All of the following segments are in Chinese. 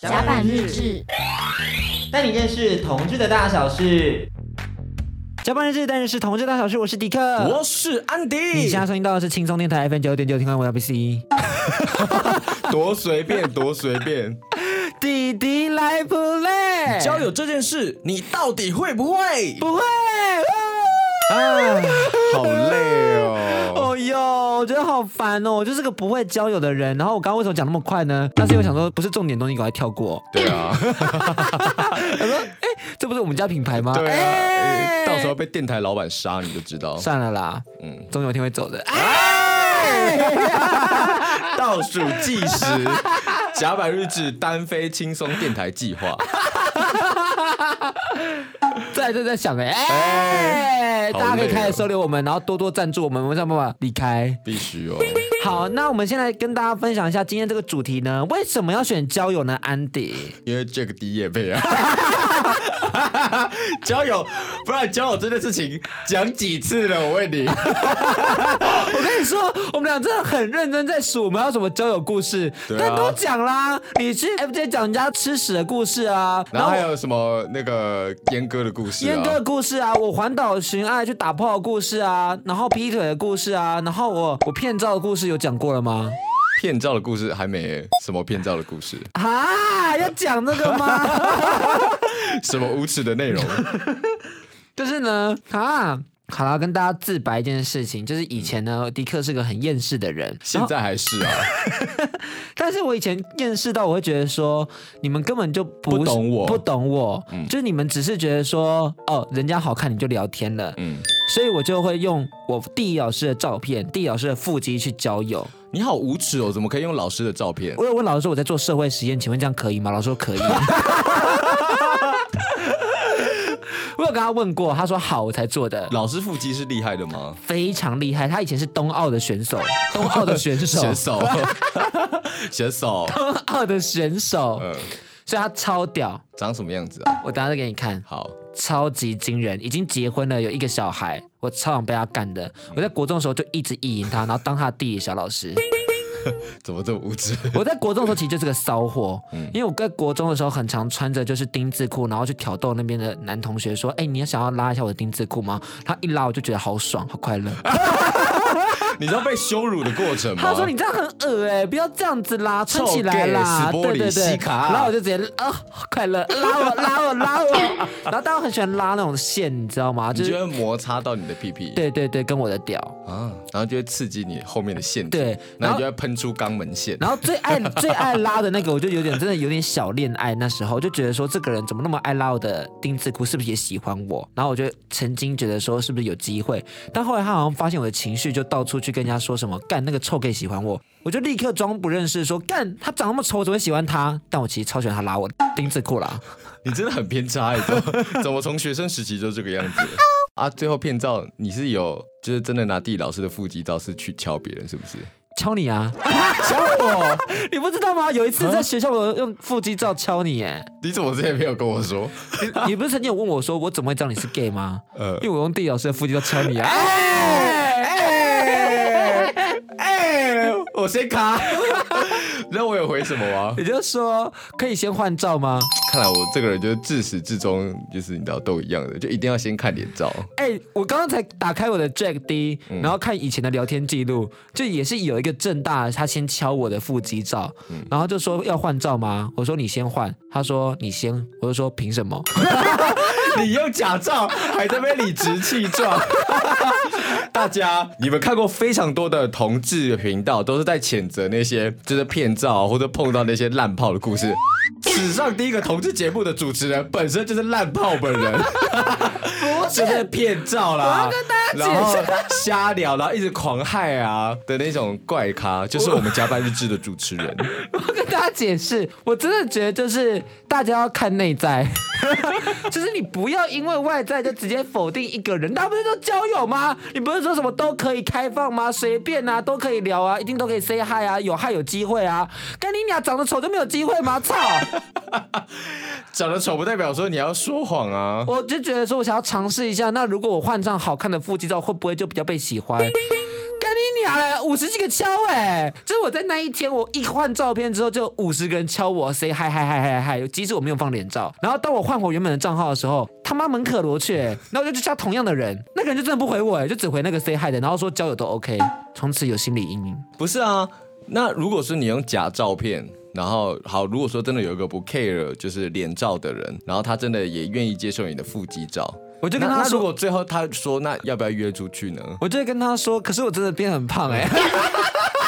甲板日志，带你认识同志的大小事。甲板日志，带你认识同志大小事。我是迪克，我是安迪。你现在收听到的是轻松电台 FM 九点九，听完我 WBC。多随便，多随便。弟弟来 play，交友这件事，你到底会不会？不会。啊，好累哦。哦哟，我觉得好烦哦，我就是个不会交友的人。然后我刚刚为什么讲那么快呢？那是因为想说不是重点东西，赶快跳过。对啊，我说，哎，这不是我们家品牌吗？对啊，哎哎到时候被电台老板杀你就知道。算了啦，嗯嗯，总有一天会走的。 哎倒数计时，甲板日志单飞轻松电台计划。在在在想哎、哎，好大家可以累哦开始收留我们，然后多多赞助我们，我们想办法离开。必须哦，好，那我们先来跟大家分享一下今天这个主题呢，为什么要选交友呢？安迪，因为 Jack 低夜配啊。 交友，不然交友这件事情讲几次了？我问你，我跟你说，我们俩真的很认真在数我们要什么交友故事，对啊但都讲啦。你去 FJ 讲人家吃屎的故事啊，然后还我有什么那个阉割的故事阉啊？割的故事啊，我环岛寻爱去打炮的故事啊，然后劈腿的故事啊，然后我我骗照的故事有讲过了吗？骗照的故事还没什么骗照的故事， 啊，要讲这个吗？什么无耻 的内容？就是呢，啊，好啦，跟大家自白一件事情，就是以前呢，迪克是个很厌世的人，现在还是啊，但是我以前厌世到我会觉得说，你们根本就不不懂我嗯不懂我，就是你们只是觉得说，哦，人家好看你就聊天了，嗯，所以我就会用我地理老师的照片、地理老师的腹肌去交友。你好无耻哦，怎么可以用老师的照片？我有问老师说我在做社会实验，请问这样可以吗？老师说可以。 我有跟他问过，他说好，我才做的。老师腹肌是厉害的吗？非常厉害，他以前是冬奥的选 手，冬奥的选手， 选手， 选手，冬奥的选手，嗯，所以他超屌。长什么样子啊？我等下再给你看，好，超级惊人，已经结婚了，有一个小孩，我超想被他干的。我在国中的时候就一直意淫他，然后当他的地理小老嗯师。怎么这么无知？我在国中的时候其实就是个骚货，嗯因为我在国中的时候很常穿着就是丁字裤，然后去挑逗那边的男同学说：“哎、你要想要拉一下我的丁字裤吗？”他一拉我就觉得好爽，好快乐。 你知道被羞辱的过程吗？他说你这样很恶哎、不要这样子啦，穿起来啦，臭 gay，死玻对璃对对西，卡然后我就直接啊、快乐拉我拉我拉 我，然后大家很喜欢拉那种线，你知道吗？就你就是会摩擦到你的屁屁，对对对，跟我的屌。啊，然后就会刺激你后面的腺体，对然然后后你就会喷出肛门腺。 然后最爱最爱拉的那个，我就有点真的有点小恋爱。那时候就觉得说，这个人怎么那么爱拉我的丁字裤，是不是也喜欢我？然后我就曾经觉得说，是不是有机会？但后来他好像发现我的情绪，就到处去跟人家说什么干那个臭 gay 喜欢我，我就立刻装不认识说干他长那么丑，我怎么会喜欢他？但我其实超喜欢他拉我的丁字裤啦。你真的很偏差哎，怎么怎么从学生时期就这个样子啊？最后骗照你是有，就是真的拿地理老师的腹肌照是去敲别人，是不是？敲你啊！敲我！你不知道吗？有一次在学校，我用腹肌照敲你，哎，你怎么之前没有跟我说？你不是曾经有问我说，我怎么会知道你是 gay 吗？呃因为我用地理老师的腹肌照敲你啊！哎，我先卡。你知道我有回什么吗？你就说可以先换照吗？看来我这个人就是自始至终就是你知道都一样的，就一定要先看脸照。哎、我刚刚才打开我的 Jack D，然后看以前的聊天记录，就也是有一个正大他先敲我的腹肌照，然后就说要换照吗？我说你先换，他说你先，我就说凭什么？你用假照还在那边理直气壮。 大家，你们看过非常多的同志频道，都是在谴责那些就是骗照啊或者碰到那些烂炮的故事。史上第一个同志节目的主持人本身就是烂炮本人， 就是骗照啦，跟大家然解后释瞎聊，然后一直狂害啊的那种怪咖，就是我们加班日志的主持人。 我跟大家解释，我真的觉得就是大家要看内在， 就是你不要因为外在就直接否定一个人。大家不是都交友吗？你不是说什么都可以开放吗？随便啊，都可以聊啊，一定都可以 say hi 啊，有 hi 有机会啊。干你俩长得丑就没有机会吗？操！长得丑不代表说你要说谎啊。 我就觉得说我想要尝试一下，那如果我换上好看的腹肌照，会不会就比较被喜欢？干你拿了五十几个敲哎、就是我在那一天，我一换照片之后，就五十个人敲我 say 嗨嗨嗨嗨嗨，即使我没有放脸照。然后当我换回原本的账号的时候，他妈门可罗雀、然后我就去加同样的人，那个人就真的不回我哎、就只回那个 say hi 的，然后说交友都 OK，从此有心理阴影。不是啊，那如果是你用假照片，然后好，如果说真的有一个不 care 就是脸照的人，然后他真的也愿意接受你的腹肌照，我就跟那他那说如果最后他说那要不要约出去呢？我就会跟他说，可是我真的变很胖哎、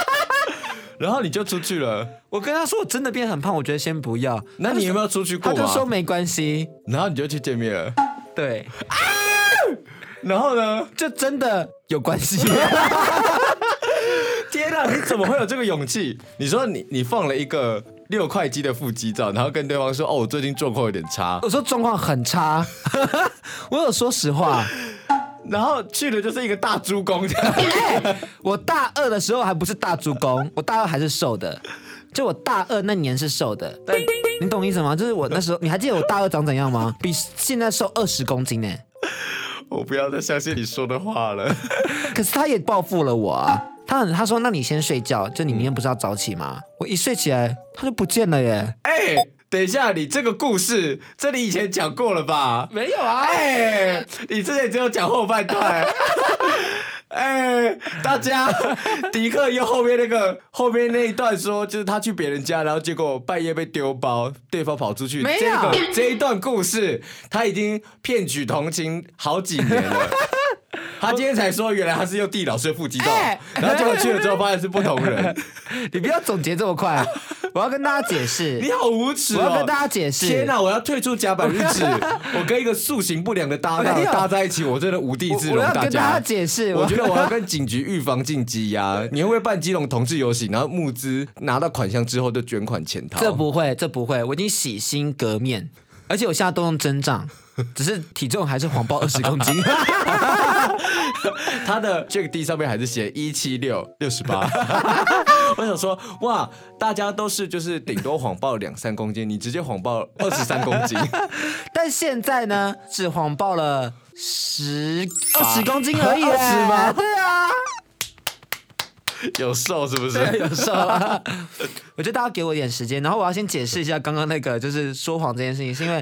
然后你就出去了，我跟他说我真的变很胖，我觉得先不要。那你有没有出去过他就说啊？没关系，然后你就去见面了，对，然后呢？ 就真的有关系。天啊，你怎么会有这个勇气？你说你你放了一个六块肌的腹肌照，然后跟对方说哦，我最近状况有点差， 我说状况很差， 我有说实 话。然后去的就是一个大猪公， 哎我大二的时候还不是大猪公，我大二还是瘦的。就我大二那年是瘦的，你懂意思吗？就是我那时候，你还记得我大二长怎样吗？比现在瘦二十公斤呢、我不要再相信你说的话了。可是他也报复了我啊！他很他说：“那你先睡觉，就你明天不是要早起吗？”我一睡起来，他就不见了耶！哎、等一下，你这个故事，这你以前讲过了吧？没有啊哎、你之前只有讲后 半段。哎、大家，迪克又后面那个后面那一段说，就是他去别人家，然后结果半夜被丢包，对方跑出去。没有这个这一段故事，他已经骗取同情好几年了。 他今天才说，原来他是用地老师的腹肌照，哎然后结果去了之后发现是不同人。你不要总结这么快，我要跟大家解释，你好无耻、哦！我要跟大家解释天哪，我要退出甲板日 志。我跟一个塑形不良的搭档没有搭在一起，我真的无地自容。我我要大跟大家家解释我我觉得我要跟警局预防性 羁押。你会不会办基隆同志游行，然后募资拿到款项之后就卷款潜逃？这不会，这不会，我已经洗心革面，而且我现在都用增长， 只是体重还是谎报二十公 斤。他的 Jack D 上面还是写一七六六 十八。我想说，哇，大家都是就是顶多谎报两三公斤，你直接谎报二十三 公斤，但现在呢，只谎报了十二十公斤而已，二十吗对啊，有瘦是不是？有瘦了。 我觉得大家给我一点时间，然后我要先解释一下刚刚那个就是说谎这件事情，是因为，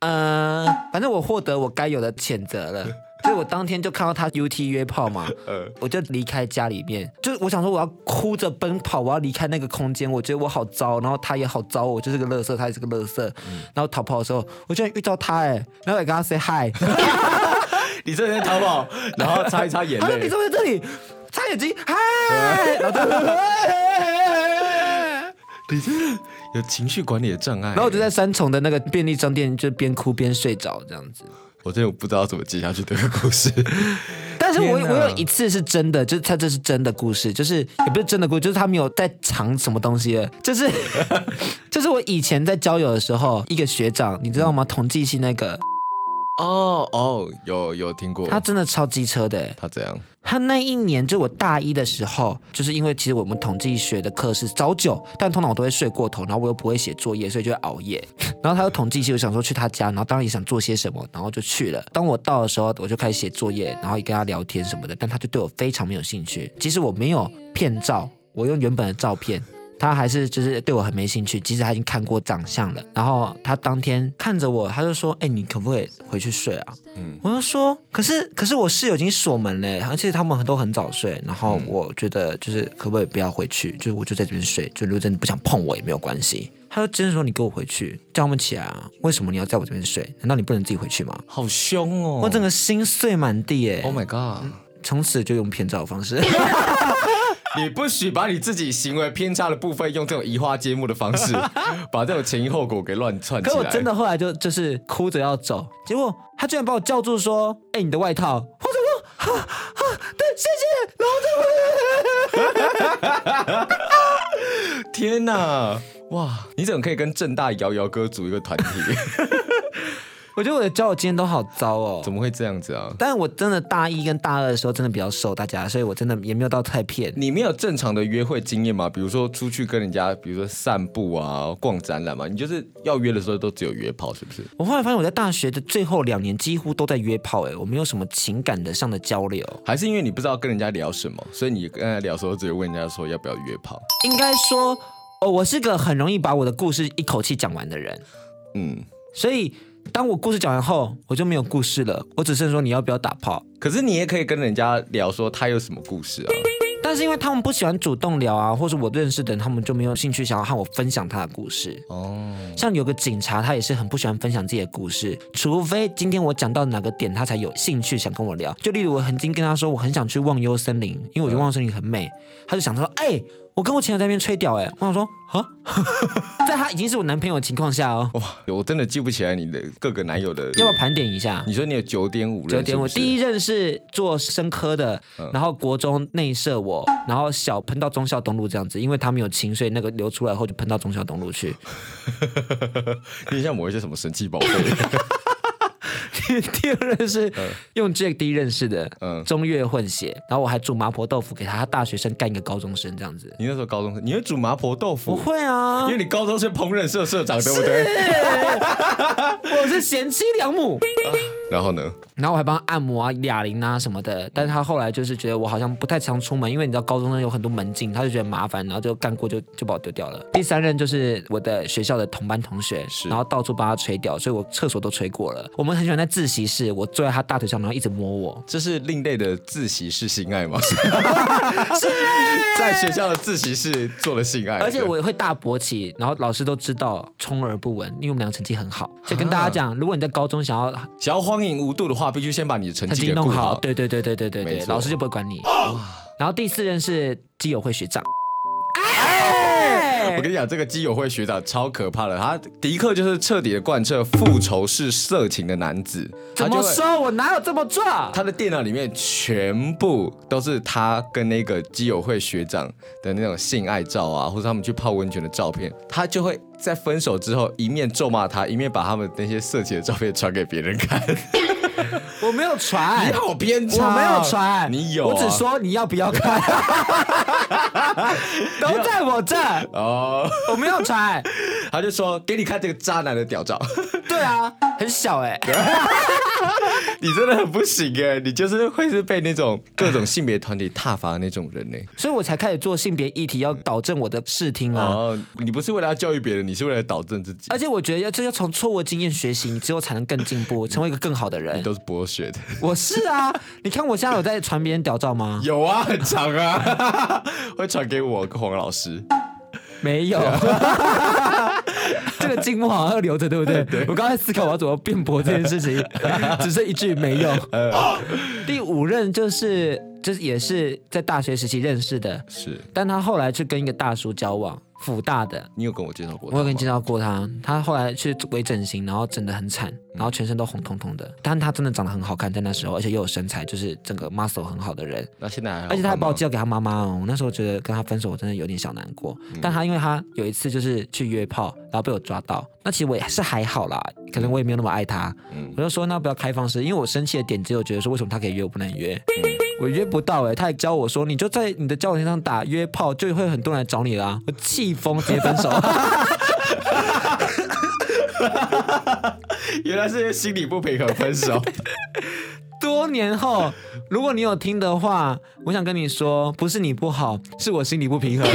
嗯、反正我获得我该有的谴责了。所以我当天就看到他 UT 约炮嘛，呃我就离开家里面，就是我想说我要哭着奔跑，我要离开那个空间，我觉得我好糟，然后他也好糟，我就是个乐色，他也是个乐色。然后逃跑的时候，我居然遇到他哎、然后也跟他 say hi，你这人淘宝，然后擦一擦眼他说啊泪你。怎么在这里？擦眼睛嗨，然后哎他你真的有情绪管理的障碍。然然后我就，在三重的那个便利商店就边哭边睡着这样子。我真的不知道怎么接下去这个 故事。但是我天哪我有一次是真的，就是他这是真的故事，就是也不是真的故事，就是他没有在藏什么东西了，就是 就是我以前在交友的时候，一个学长，你知道吗？统计系那个，哦哦，有有听过他真的超机车的欸，他这样，他那一年就我大一的时候，就是因为其实我们统计学的课是早九，但通常我都会睡过头，然后我又不会写作业，所以就会熬夜。 然后他有统计系，我想说去他家，然后当然也想做些什么，然后就去了。当我到的时候，我就开始写作业，然后也跟他聊天什么的，但他就对我非常没有兴趣。即使我没有骗照，我用原本的照片。他还是就是对我很没兴趣，即使他已经看过长相了。然后他当天看着我，他就说：“哎、你可不可以回去睡啊？”我就说，可是可是我室友已经锁门嘞，而且他们都很早睡，然后我觉得就是可不可以不要回去，就是我就在这边睡，就如果真的不想碰我也没有关系。他就真的说你给我回去，叫他们起来啊！为什么你要在我这边睡？难道你不能自己回去吗？好凶哦我整个心碎满地耶！ Oh my god！从此就用骗照的方式。你不许把你自己行为偏差的部分用这种移花接木的方 式，把这种前因后果给乱串起可来。我真的后来就就是哭着要走，结果他居然把我叫住说：“哎、你的外套。”我怎么？啊啊，对，谢谢。然后 天哪！哇，你怎么可以跟正大摇摇哥组一个团体？我我觉得我的交友经验都好糟哦。怎么会这样子啊？但我真的大一跟大二的时候真的比较瘦，大家，所以我真的也没有到太骗。你没有正常的约会经验吗？比如说出去跟人家，比如说散步啊、逛展览嘛，你就是要约的时候都只有约炮，是不是？我后来发现我在大学的最后两年几乎都在约炮、哎，我没有什么情感的上的交流。还是因为你不知道跟人家聊什么，所以你跟人家聊的时候只有问人家说要不要约炮？应该说，哦，我是个很容易把我的故事一口气讲完的人，嗯，所以当我故事讲完后，我就没有故事了，我只剩说你要不要打炮。可是你也可以跟人家聊说他有什么故事啊？但是因为他们不喜欢主动聊啊，或是我认识的人，他们就没有兴趣想要和我分享他的故事。哦，像有个警察，他也是很不喜欢分享自己的故事，除非今天我讲到哪个点，他才有兴趣想跟我聊。就例如我曾经跟他说，我很想去忘忧森林，因为我觉得忘忧森林很美，他就想说，哎、我跟我前男友在那边吹屌、哎，我想说， 啊，在他已经是我男朋友的情况下哦，哇，我真的记不起来你的各个男友的。要不要盘点一下？你说你有九点五九点五，第一，一任是做生科的，然后国中内设我，然后小喷到忠孝东路这样子，因为他们有情，所以那个流出来后就喷到忠孝东路去。你像某一些什么神奇宝贝？ 第二任是用 Jack 第一认识的，嗯中越混血，然后我还煮麻婆豆腐给他，他大学生干一个高中生这样子。你那时候高中生，你会煮麻婆豆我腐？会啊因，为你高中是烹饪社社长，对不对？我是贤妻良母。然后呢？然后我还帮他按摩啊、哑铃啊什么的，但是他后来就是觉得我好像不太常出门，因为你知道高中生有很多门禁，他就觉得麻烦，然后就干过就就把我丢掉了。第三任就是我的学校的同班同学，是然后到处帮他吹掉，所以我厕所都吹过了。我们很喜欢在自习室，我坐在他大腿上，然后一直摸我。这是另类的自习室性爱吗？在学校的自习室做了性爱，而且我也会大勃起，然后老师都知道，充耳不闻，因为我们俩成绩很好。就跟大家讲，如果你在高中想要想要荒淫无度的话，必须先把你的成成绩绩给顾弄好，好。对对对对对对没对，错老师就不会管你。哎然后第四任是基友会学长，我跟你讲，这个基友会学长超可怕的，他迪克就是彻底的贯彻复仇式色情的男子。他怎就么会说？我哪有这么做？他的电脑里面全部都是他跟那个基友会学长的那种性爱照啊，或者他们去泡温泉的照片，他就会在分手之后一面咒骂他，一面把他们那些色情的照片传给别人看。我没有传 你，好偏哎我差哦，没有传，你有啊、 我只说你要不要看，都在我这，哦，我没有传。他就说给你看这个渣男的屌照， 对啊，很小哎，你真的很不行哎，你就是会是被那种各种性别团体挞伐的那种人呢。欸所以我才开始做性别议题，要导正我的视听啊。哦，你不是为了要教育别人，你是为了导正自己，而且我觉得要这要从错误经验学习，你之后才能更进步，成为一个更好的人你。都是剥削的。 我是啊，你看我现在有在传别人屌照 吗？有啊，很长啊， 会传给我跟黄老师。没有，这个静默好像要留着，对不对？我刚才思考我要怎么辩驳这件事情，只剩一句没有。第五任就是就是也是在大学时期认识的，是但他后来去跟一个大叔交往，辅大的。你有跟我介绍过他吗？我有跟你介绍过他，他后来去微整形，然后整得很惨，然后全身都红彤彤的。但他真的长得很好看，在那时候，而且又有身材，就是整个 muscle 很好的人。那现在还好看吗而且他还把我介绍给他妈妈哦。我那时候觉得跟他分手，我真的有点小难过。嗯但他因为他有一次就是去约炮，然后被我抓到，那其实我也是还好啦，可能我也没有那么爱他。嗯我就说那不要开放式，因为我生气的点只有觉得说为什么他可以约我不能约，嗯嗯我约不到哎、他还教我说你就在你的交友圈上打约炮，就会很多人来找你啦。我气疯，直接分手。原来是因为心理不平衡 分手。啊多年后，如果你有听的话，我想跟你说，不是你不好，是我心里不平衡。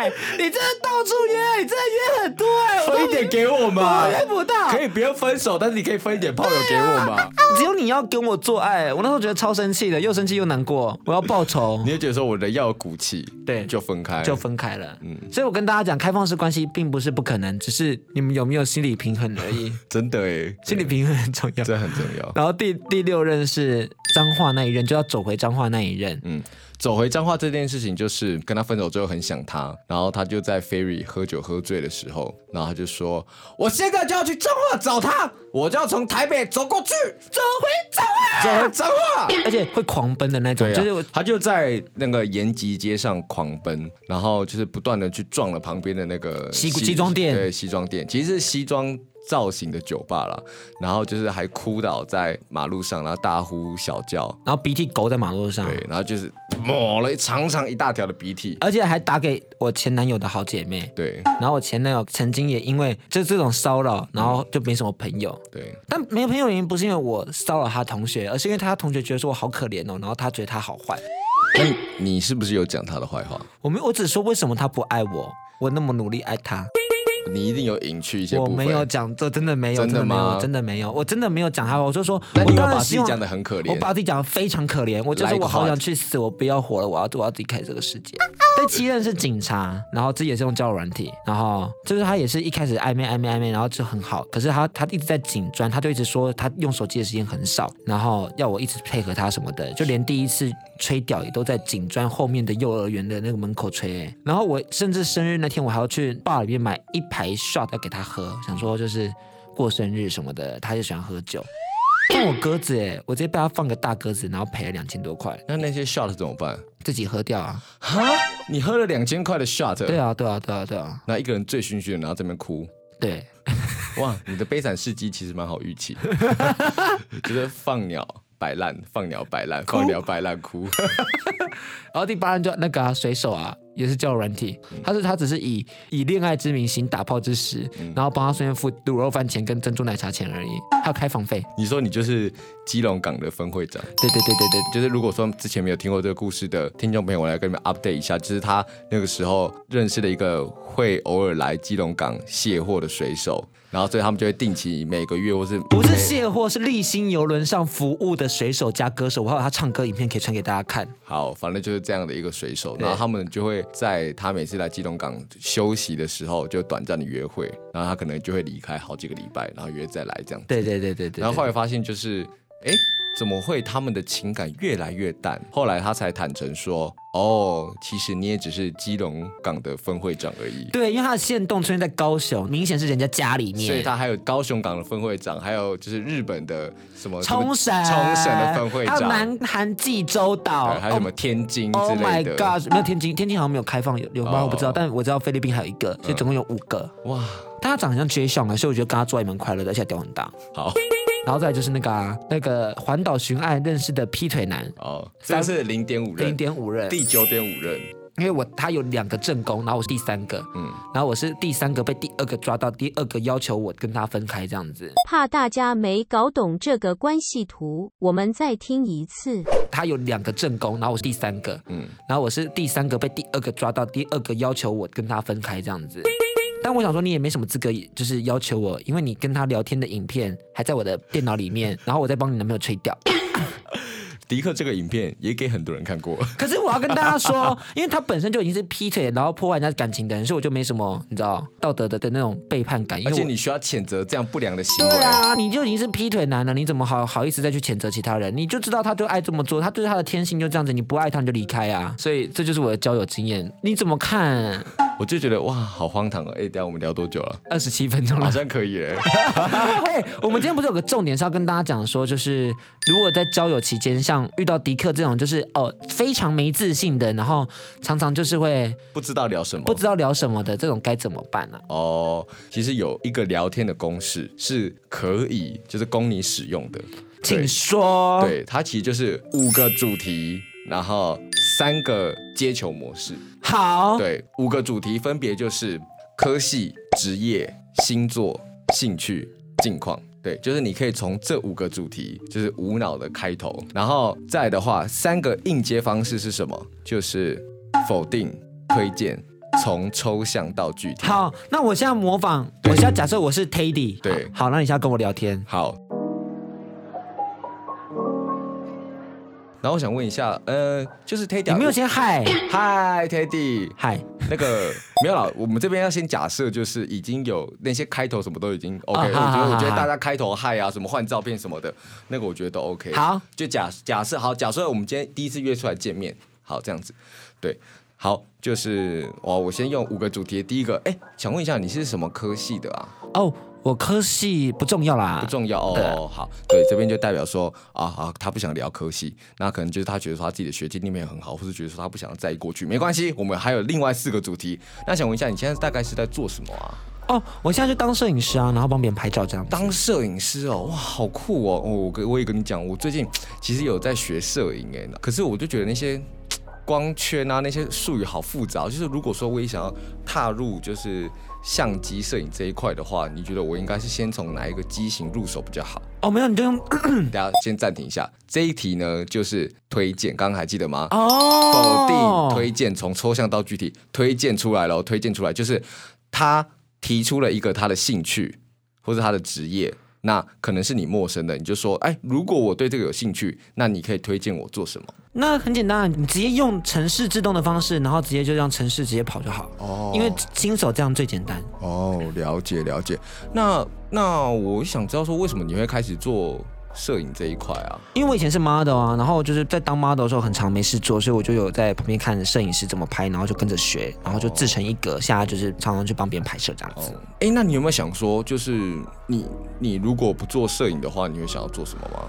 哎、你真的到处约，你真的约很多哎、我分一点给我嘛我，约不到，可以不要分手，但是你可以分一点炮友给我嘛。只有你要跟我做爱。我那时候觉得超生气的，又生气又难过，我要报仇你，就觉得说我人要有骨气，对就分开，就分开了。所以我跟大家讲，开放式关系并不是不可能，只是你们有没有心理平衡而 已。真的哎，心理平衡很重要。这很重要。然后第第六任是彰化那一任，就要走回彰化那一任。嗯，走回彰化这件事情，就是跟他分手之后很想他，然后他就在 Ferry 喝酒喝醉的时候，然后他就说：“我现在就要去彰化找他，我就要从台北走过去，走回彰化，走回彰化。”而且会狂奔的那种，对、啊，就是我他就在那个延吉街上狂奔，然后就是不断的去撞了旁边的那个西西装店对西装店，其实是西装造型的酒吧啦，然后就是还哭倒在马路上，然后大呼小叫，然后鼻涕狗在马路上，对，然后就是抹了长长一大条的鼻涕，而且还打给我前男友的好姐妹。对然后我前男友曾经也因为就这种骚扰，然后就没什么朋友。对，但没有朋友的原因不是因为我骚扰他同学，而是因为他同学觉得说我好可怜哦，然后他觉得他好坏。那你是不是有讲他的坏话？我没，我只说为什么他不爱我，我那么努力爱他，你一定有隐去一些部我分，没有讲，这真的没有，真真的没吗有，真的没有，我真的没有讲他，我就说，那我你要当把然自希己望讲的很可怜，我把自己讲的非常可怜，我就来是一个我好 hot 想去死，我不要活了，我要我要离开这个世界。但七任是警察，啊然后这也是用交友软体，然后就是他也是一开始暧昧暧昧暧昧，然后就很好，可是他他一直在紧专，他就一直说他用手机的时间很少，然后要我一直配合他什么的，就连第一次吹屌也都在警专后面的幼儿园的那个门口吹、欸然后我甚至生日那天我还要去 bar 里面买一排 shot 要给他喝，想说就是过生日什么的，他就喜欢喝酒。放我鸽子哎，我直接被他放个大鸽子，然后赔了两千多块，那那些 shot 怎么办？自己喝掉啊。哈，你喝了两千块的 shot，对啊，对啊，对啊，对啊，那一个人醉醺醺的，然后在那边哭，对，哇，你的悲惨事迹其实蛮好预期， 就是放鸟摆烂，放鸟摆烂，放鸟摆烂哭，然后第八任就那个啊水手啊，也是交友软体，他是他只是以以恋爱之名行打炮之实，然后帮他顺便付卤肉饭钱跟珍珠奶茶钱而已，还有开房费。你说你就是基隆港的分会长。对对对对对，就是如果说之前没有听过这个故事的听众朋友，我来跟你们 update 一下，就是他那个时候认识了一个会偶尔来基隆港卸货的水手，然后所以他们就会定期每个月或是不是卸货，是立新游轮上服务的水手加歌手，我还有他唱歌影片可以传给大家看。好，反正就是这样的一个水手，对然后他们就会在他每次来基隆港休息的时候，就短暂的约会，然后他可能就会离开好几个礼拜，然后约再来这样。对对对对对，然后后来来发现就是，哎，怎么会他们的情感越来越淡？后来他才坦诚说，哦，其实你也只是基隆港的分会长而已。对，因为他的线动出现在高雄，明显是人家家里面，所以他还有高雄港的分会长，还有就是日本的什么冲绳，哦冲绳的分会还有长，南韩济州岛对，还有什么天津之 Oh 类 my 的。 God！没有天津，天津好像没有开放有有吗？哦嗯我不知道，但我知道菲律宾还有一个，所以总共有五个。哇，但他长得像 J 上啊，所以我觉得跟他做也蛮快乐的，而且屌很大。 好然后再来就是那个、啊、那个环岛巡案认识的劈腿男，哦，这个是零点五零人，点五任，第九点五任，因为我他有两个正宫，然后我是第三个，嗯，然后我是第三个被第二个抓到，第二个要求我跟他分开这样子。怕大家没搞懂这个关系图，我们再听一次。他有两个正宫，然后我是第三个，嗯，然后我是第三个被第二个抓到，第二个要求我跟他分开这样子。但我想说，你也没什么资格，就是要求我，因为你跟他聊天的影片还在我的电脑里面，然后我再帮你男朋友吹掉。迪克这个影片也给很多人看过，可是我要跟大家说，因为他本身就已经是劈腿，然后破坏人家感情的人，所以我就没什么，你知道道德的的那种背叛感，因而为且我你需要谴责这样不良的行为对。啊，你就已经是劈腿男了，你怎么好好意思再去谴责其他人？你就知道他就爱这么做，他就是他的天性就这样子，你不爱他你就离开啊。所以这就是我的交友经验，你怎么看？我就觉得哇，好荒唐哦！哎，等一下我们聊多久了？二十七分钟 好了。像可以哎。哎、我们今天不是有个重点是要跟大家讲说，就是如果在交友期间，像遇到迪克这种，就是哦非常没自信的，然后常常就是会不知道聊什么。不知道聊什么的，这种该怎么办呢、啊？哦，其实有一个聊天的公式是可以，就是供你使用的。请说。对，它其实就是五个主题，然后三个接球模式。好，对，五个主题分别就是科系、职业、星座、兴趣、近况。对，就是你可以从这五个主题，就是无脑的开头，然后再来的话，三个应接方式是什么？就是否定、推荐，从抽象到具体。好，那我现在模仿，我现在假设我是 Teddy，对好，那你现在跟我聊天。好。然后我想问一下，呃，就是 Teddy，你啊没有先嗨嗨 Teddy，嗨那个没有啦，我们这边要先假设，就是已经有那些开头什么都已经 OK，、好我觉好得我好觉得好大家开头嗨啊，什么换照片什么的，那个我觉得都 OK。好，就假假设好，假设我们今天第一次约出来见面，好这样子，对，好，就是哇，我先用五个主题，第一个，哎，想问一下你是什么科系的啊？哦，我科系不重要啦，不重要对哦。好，对，这边就代表说啊啊，他不想聊科系，那可能就是他觉得说他自己的学经历没有很好，或是觉得说他不想再过去，没关系，我们还有另外四个主题。那想问一下，你现在大概是在做什么啊？哦，我现在就当摄影师啊，然后帮别人拍照这样子。当摄影师哦，哇，好酷哦！哦我跟我也跟你讲，我最近其实有在学摄影哎，可是我就觉得那些光圈啊，那些术语好复杂哦。就是如果说我也想要踏入就是相机摄影这一块的话，你觉得我应该是先从哪一个机型入手比较好？哦，没有，你就用 大家先暂停一下，这一题呢就是推荐，刚刚还记得吗？否哦定推荐，从抽象到具体，推荐出来了，推荐出来就是他提出了一个他的兴趣或者他的职业，那可能是你陌生的，你就说，哎，如果我对这个有兴趣，那你可以推荐我做什么？那很简单啊，你直接用城市制动的方式，然后直接就让城市直接跑就好。哦因为新手这样最简单。哦，了解了解。那那我想知道说，为什么你会开始做摄影这一块啊？因为我以前是 model 啊，然后就是在当 model 的时候很长没事做，所以我就有在旁边看摄影师怎么拍，然后就跟着学，然后就自成一格。现在就是常常去帮别人拍摄这样子。哎，那你有没有想说，就是你你如果不做摄影的话，你会想要做什么吗？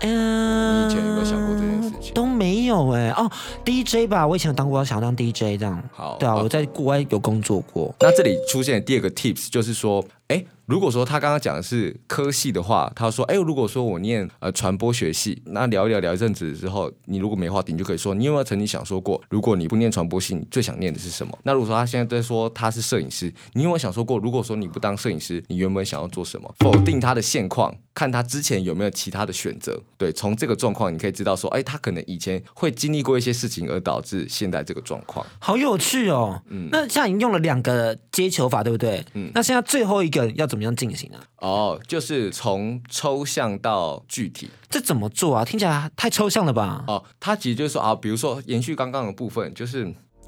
嗯、你以前有没有想过这件事情都没有哎、哦，DJ 吧，我以前有当过，想当 DJ 这样。好对啊，好我在国外有工作过。那这里出现的第二个 tips 就是说，哎，如果说他刚刚讲的是科系的话，他说，哎，如果说我念呃传播学系，那聊一聊聊一阵子之后，你如果没话题，你就可以说，你有没有曾经想说过，如果你不念传播系，你最想念的是什么？那如果说他现在在说他是摄影师，你有没有想说过，如果说你不当摄影师，你原本想要做什么？否定他的现况，看他之前有没有其他的选择。对，从这个状况你可以知道说，哎，他可能以前会经历过一些事情，而导致现在这个状况。好有趣哦！那现在已经用了两个接球法，对不对？那现在最后一个要怎么样进行啊？哦，就是从抽象到具体这怎么做啊？听起来太抽象了吧？哦，它其实就是说啊，比如说延续刚刚的部分，就是，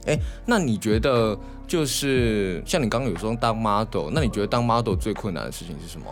哎，那你觉得就是像你刚刚有说当 model，那你觉得当 model 最困难的事情是什么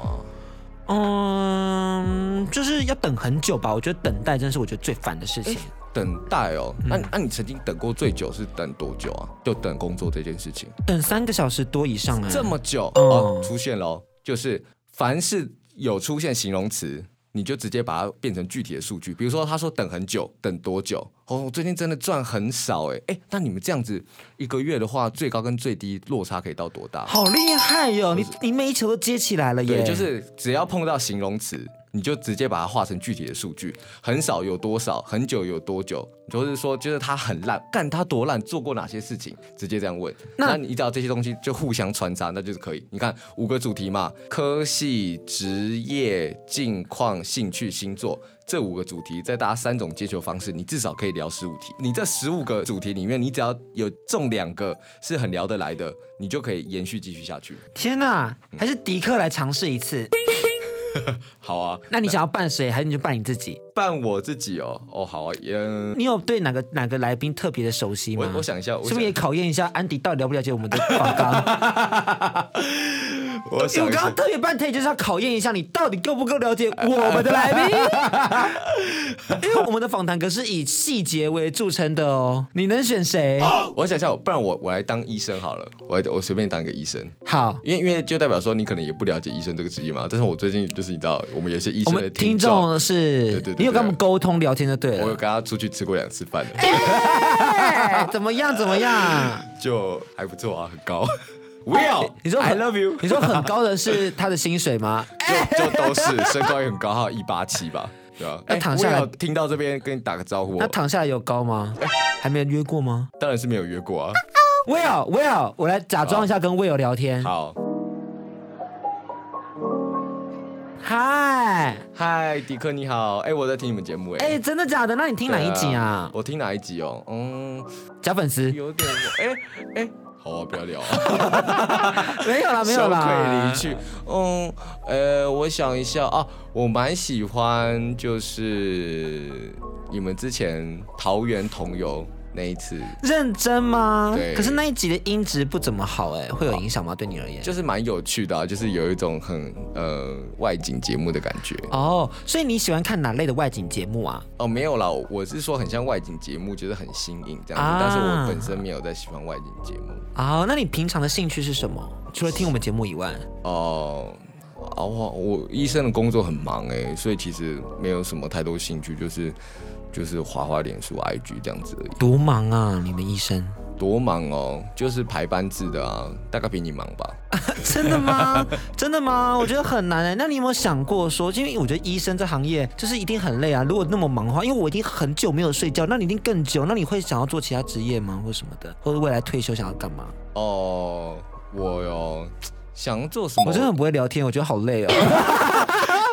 啊、嗯，就是要等很久吧。我觉得等待真是我觉得最烦的事情。等待哦，那那、你曾经等过最久是等多久啊？就等工作这件事情等三个小时多以上啊。这么久哦哦，出现了哦，就是凡是有出现形容词。你就直接把它变成具体的数据，比如说他说等很久，等多久？哦，我最近真的赚很少哎哎，那你们这样子一个月的话，最高跟最低落差可以到多大？好厉害哟、你你每一球都接起来了耶！对，就是只要碰到形容词，你就直接把它化成具体的数据，很少有多少，很久有多久，就是说，就是他很烂，干他多烂，做过哪些事情，直接这样问。那那你依照这些东西就互相穿插，那就是可以。你看五个主题嘛，科系、职业、近况、兴趣、星座。这五个主题再搭三种接球方式，你至少可以聊十五题。你这十五个主题里面，你只要有中两个是很聊得来的，你就可以延续继续下去。天哪，还是迪克来尝试一次。好啊，那你想要扮谁？还是你就扮你自己？扮我自己哦，哦好啊，嗯，你有对哪个哪个来宾特别的熟悉吗？我我想一下，我是不想是也考验一下安迪到底了不了解我 们的广告？我因为想我一刚下刚，特别半天就是要考验一下你到底够不够了解我们的来宾， 因为我们的访谈可是以细节为著称的哦。你能选谁？我想一下，不然我我来当医生好了，我来我随便当一个医生，好，因为因为就代表说你可能也不了解医生这个职业嘛，但是我最近就是你知道，我们有一些医我生的们哎听众，众对是对对，对你有跟他们沟通聊天就对我有了。跟他出去吃过两次饭，哎 怎么样？怎么样？就还不错啊，很高。Will，哎你说 I 很 love you，你说很高的是他的薪水吗？ 就就都是身高也很高，还有一八七吧，对吧？ 那哎躺下来 Will，听到这边跟你打个招呼那哦，躺下来有高吗？还没有约过吗当然是没有约过啊。 ？Will，Will，我来假装一下跟 Will 聊天。好，嗨，嗨，迪克你好，哎，我在听你们节目哎哎，。真的假的？那你听哪一集啊？我听哪一集哦？嗯，假粉丝有点，哎、哎、好啊，不要聊 啊，没有啊啦，没有啦。羞愧离去。嗯，呃，我想一下啊，我蛮喜欢就是你们之前桃园同游那一次，认真吗对？可是那一集的音质不怎么好、哎，会有影响吗？对你而言？就是蛮有趣的、啊，就是有一种很呃外景节目的感觉。哦，所以你喜欢看哪类的外景节目啊？哦，没有啦，我是说很像外景节目，就是很新颖这样子，啊但是我本身没有在喜欢外景节目。哦，那你平常的兴趣是什么？除了听我们节目以外，哦、啊我我医生的工作很忙哎、所以其实没有什么太多兴趣，就是就是滑滑脸书、IG 这样子而已。多忙啊！你们医生，多忙哦，就是排班制的啊，大概比你忙吧。真的吗？ 真的吗？我觉得很难哎、那你有没有想过说，因为我觉得医生这行业就是一定很累啊。如果那么忙的话，因为我已经很久没有睡觉，那你一定更久。那你会想要做其他职业吗，或什么的，或者未来退休想要干嘛？哦，我有想做什么？我真的很不会聊天，我觉得好累哦。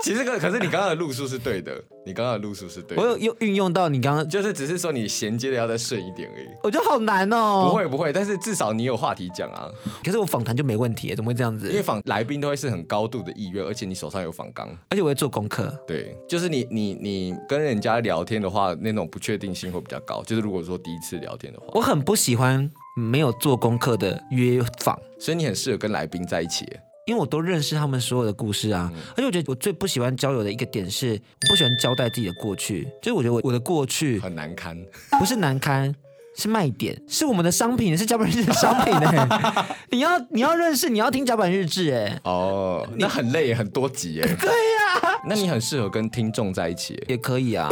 其实可可是你刚刚的路数是对的，你刚刚的路数是对的。我有又运用到你刚刚，就是只是说你衔接的要再顺一点而已。我觉得好难哦。不，会不会，但是至少你有话题讲啊，可是我访谈就没问题耶，怎么会这样子因？为访来宾都会是很高度的意愿，而且你手上有访纲，而且我会做功课。对，就是你你你跟人家聊天的话，那种不确定性会比较高。就是如果说第一次聊天的话，我很不喜欢没有做功课的约访，所以你很适合跟来宾在一起。因为我都认识他们所有的故事啊。嗯而且我觉得我最不喜欢交友的一个点是，我不喜欢交代自己的过去。就是我觉得我我的过去很难堪，不是难堪。是卖点，是我们的商品，是甲板日志的商品呢、 你要你要认识，你要听甲板日志哎、 哦，那很累，很多集耶。 对呀、那你很适合跟听众在一起耶。也可以啊。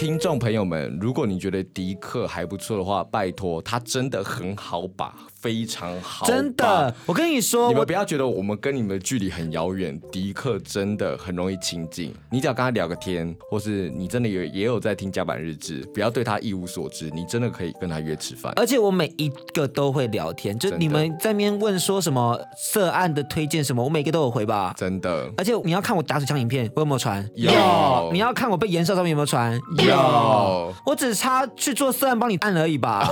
听众朋友们，如果你觉得迪克还不错的话，拜托，他真的很好把，非常好，真的。，我跟你说，哦你我们不要觉得我们跟你们的距离很遥远，迪克真的很容易亲近。你只要跟他聊个天，或是你真的有也有在听甲板日志，不要对他一无所知，你真的可以跟他约 吃饭。而且我每一个都会聊天，就真的你们在面问说什么涉案的推荐什么，我每个都有回吧。真的而且你要看我打手枪影片，我有没有传？有你要看我被延烧照片有没有传？。有我只差去做涉案帮你按而已吧。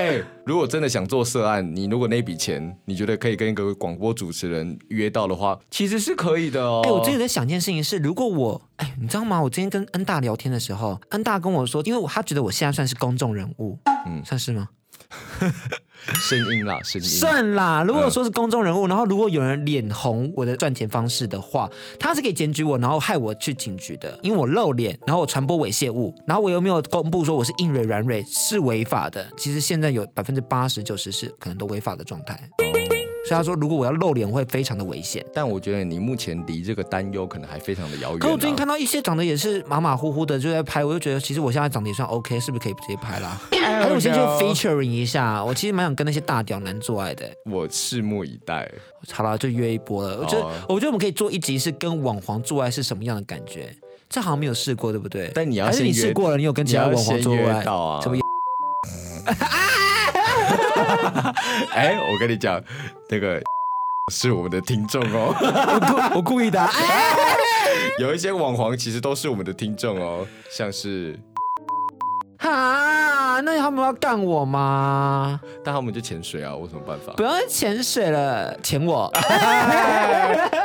哎、如果真的想做涉案，你如果那笔钱你觉得可以跟一个广播主持人约到的话，其实是可以的哦。哎、我最近在想一件事情是，如果我，哎，你知道吗？我今天跟恩大聊天的时候，恩大跟我说，因为我他觉得我现在算是公众人物，嗯，算是吗？声音啦，声音算啦，如果说是公众人物，然后如果有人脸红我的赚钱方式的话，他是可以检举我，然后害我去警局的，因为我露脸，然后我传播猥亵物，然后我又没有公布说我是硬蕊软蕊是违法的。其实现在有百分之八十九十是可能都违法的状态，所以他说如果我要露脸会非常的危险。但我觉得你目前离这个担忧可能还非常的遥远、啊。可我最近看到一些长得也是马马虎虎的就在拍，我就觉得其实我现在长得也算 OK，是不是可以直接拍 啦？哎哎还有我先去 featuring 一下，我其实蛮想跟那些大屌男做爱的。我拭目以待。好哦了，就约一波了。我觉得，好啊我觉得我们可以做一集是跟网黄做爱是什么样的感觉，这好像没有试过，对不对？但你要还是你先约试过了，你有跟其他网黄做你要先爱约到啊什么？哎、我跟你讲，那个是我们的听众哦， 我故我故意的啊、哎有一些网黄其实都是我们的听众哦，像是，哈，那他们要干我吗？但他们就潜水啊，我有什么办法不？要再潜水了，潜我。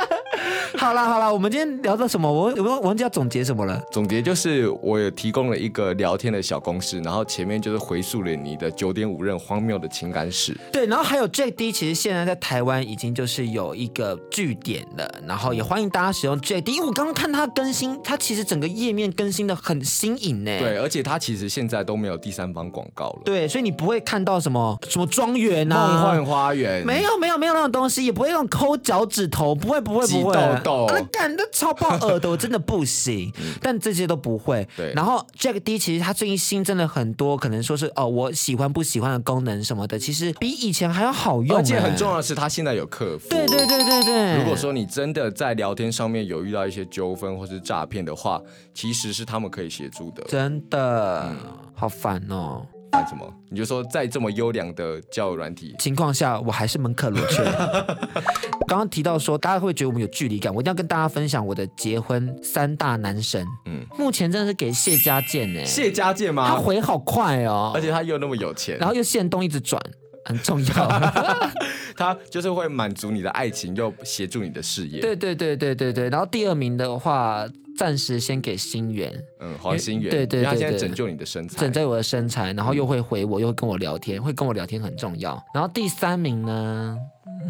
好了好了，我们今天聊到什么？我我忘记要总结什么了。总结就是，我有提供了一个聊天的小公式，然后前面就是回溯了你的九点五任荒谬的情感史。对，然后还有 JD，其实现在在台湾已经就是有一个据点了，然后也欢迎大家使用 JD，因为我刚刚看它更新，它其实整个页面更新的很新颖呢。对，而且它其实现在都没有第三方广告了。对，所以你不会看到什么什么庄园啊，梦幻花园没有没有没有那种东西，也不会那种抠脚趾头，不会不会挤不会，痘啊痘嗯那干那超爆耳朵，真的不 行。但这些都不会。对然后 Jack D 其实他最近新增了很多，可能说是哦我喜欢不喜欢的功能什么的，其实比以前还要好用、嗯而且很重要。要的是，它现在有客服。对对对对对。如果说你真的在聊天上面有遇到一些纠纷或是诈骗的话，其实是他们可以协助的。真的、嗯好烦哦。干什么？你就说在这么优良的交友软体，情况下，我还是门可罗 雀。刚刚提到说，大家会觉得我们有距离感，我一定要跟大家分享我的结婚三大男神。嗯嗯，目前真的是给谢家健欸呢、谢家健他吗？回好快哦，啊而且他又那么有钱，然后又线动一直转，很重 要。他就是会满足你的爱情，又协助你的事 业。对对对对对对，然后第二名的话，暂时先给心源。嗯，黄心源，对对因为他对现对在拯救你的身材，整在我的身材，然后又会回我，又会跟我聊天，会跟我聊天很重要。然后第三名呢，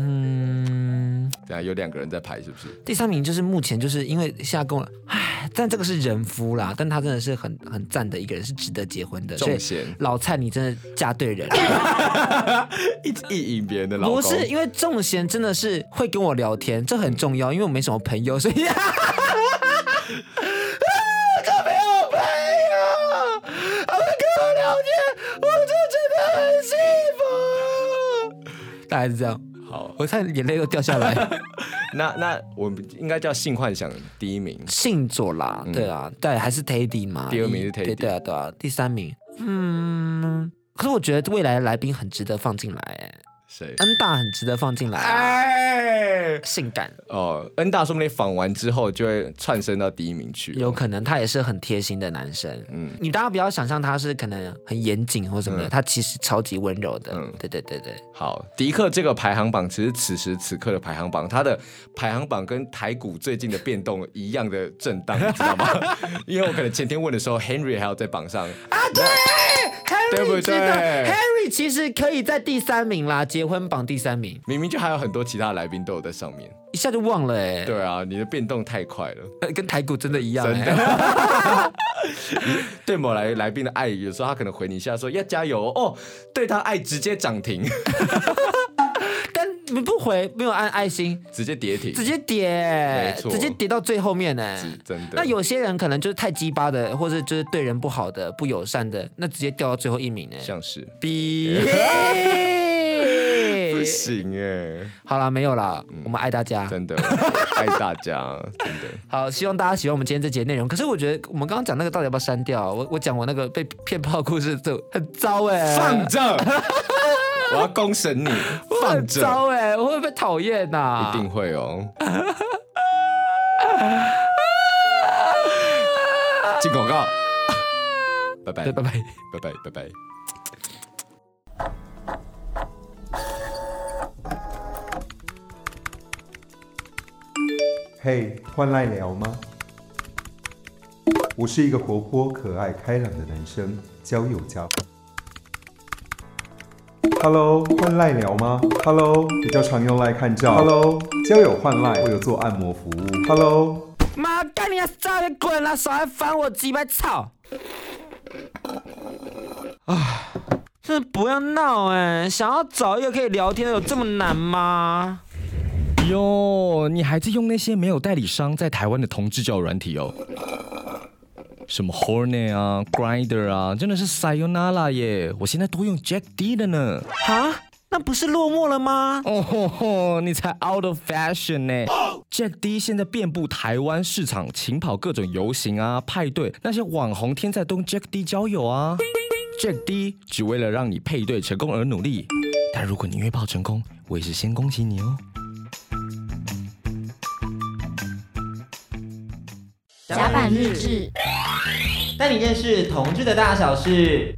嗯，等下有两个人在排，是 不是？第三名就是目前就是因为现在跟我，唉，但这个是人夫啦，但他真的是很很赞的一个人，是值得结婚的。所以中贤老蔡，你真的嫁对人了， 一直意淫别人的 老不公，是因为仲贤真的是会跟我聊天，这很重要，因为我没什么朋友，所以。啊他没有朋友他会跟我聊天，我就觉得很幸福大概是这样，好，我看眼泪又掉下 来。那那我们应该叫性幻想第一名，信佐啦，对啊，对，还是 Teddy 嘛。嗯第二名是 Teddy 对对啊，对啊，第三名，嗯，可是我觉得未来的来宾很值得放进来，哎，谁？恩大很值得放进来啊，哎，性感，哦，恩大说不定访完之后就会窜升到第一名去。有可能他也是很贴心的男生。嗯嗯，你大家不要想象他是可能很严谨或什么的，嗯他其实超级温柔的。嗯对对对对，好，迪克这个排行榜其实此时此刻的排行榜，它的排行榜跟台股最近的变动一样的震 荡，你知道吗？因为我可能前天问的时候，Henry 还有在榜上，对不啊 Harry 对知道，Harry 其实可以在第三名啦，结婚榜第三名，明明就还有很多其他来宾都有在上 面。一下就忘了哎、对啊，你的变动太快了。呃跟台股真的一样、欸，真的对某来来宾的爱，有时候他可能回你一下说要加油哦，对他爱直接涨停， 但你不回，没有按爱心，直接跌停，直接点，没错直接点到最后面呢、是真的。那有些人可能就是太鸡巴的，或者就是对人不好的、不友善的，那直接掉到最后一名呢、欸像是逼， 不行嗯哎，好啦，没有啦，我们爱大家。 真的爱大家，真的。好，希望大家喜欢我们今天这节内容。可是我觉得我们刚刚讲那个到底要不要删掉啊？我我讲我那个被骗炮的故事就很糟哎、放着，我要公审你，我放很着，糟哎、我会被讨厌啊呐一。啊定会哦。进广告，拜拜，对，拜，拜。拜拜，拜拜。嘿，换赖聊吗？我是一个活泼、可爱、开朗的男生，交友加分。Hello，换赖聊吗？Hello，比较常用赖看照。Hello，交友换赖，我有做按摩服务。Hello，妈，干你啊！早点滚啦，少来烦我鸡巴操！啊，真的不要闹哎、想要找一个可以聊天的，有这么难吗？哟，你还在用那些没有代理商在台湾的同志交友软体哦？什么 Hornet 啊、Grinder 啊，真的是 Sayonara 耶！我现在都用 Jack D 的呢。啊，那不是落寞了吗？哦吼吼，你才 out of fashion 呢！Jack D 现在遍布台湾市场，勤跑各种游行啊、派对，那些网红天才都用 Jack D 交友啊。Jack D 只为了让你配对成功而努力，但如果你约炮成功，我也是先恭喜你哦。甲板日志。带你认识同志的大小事。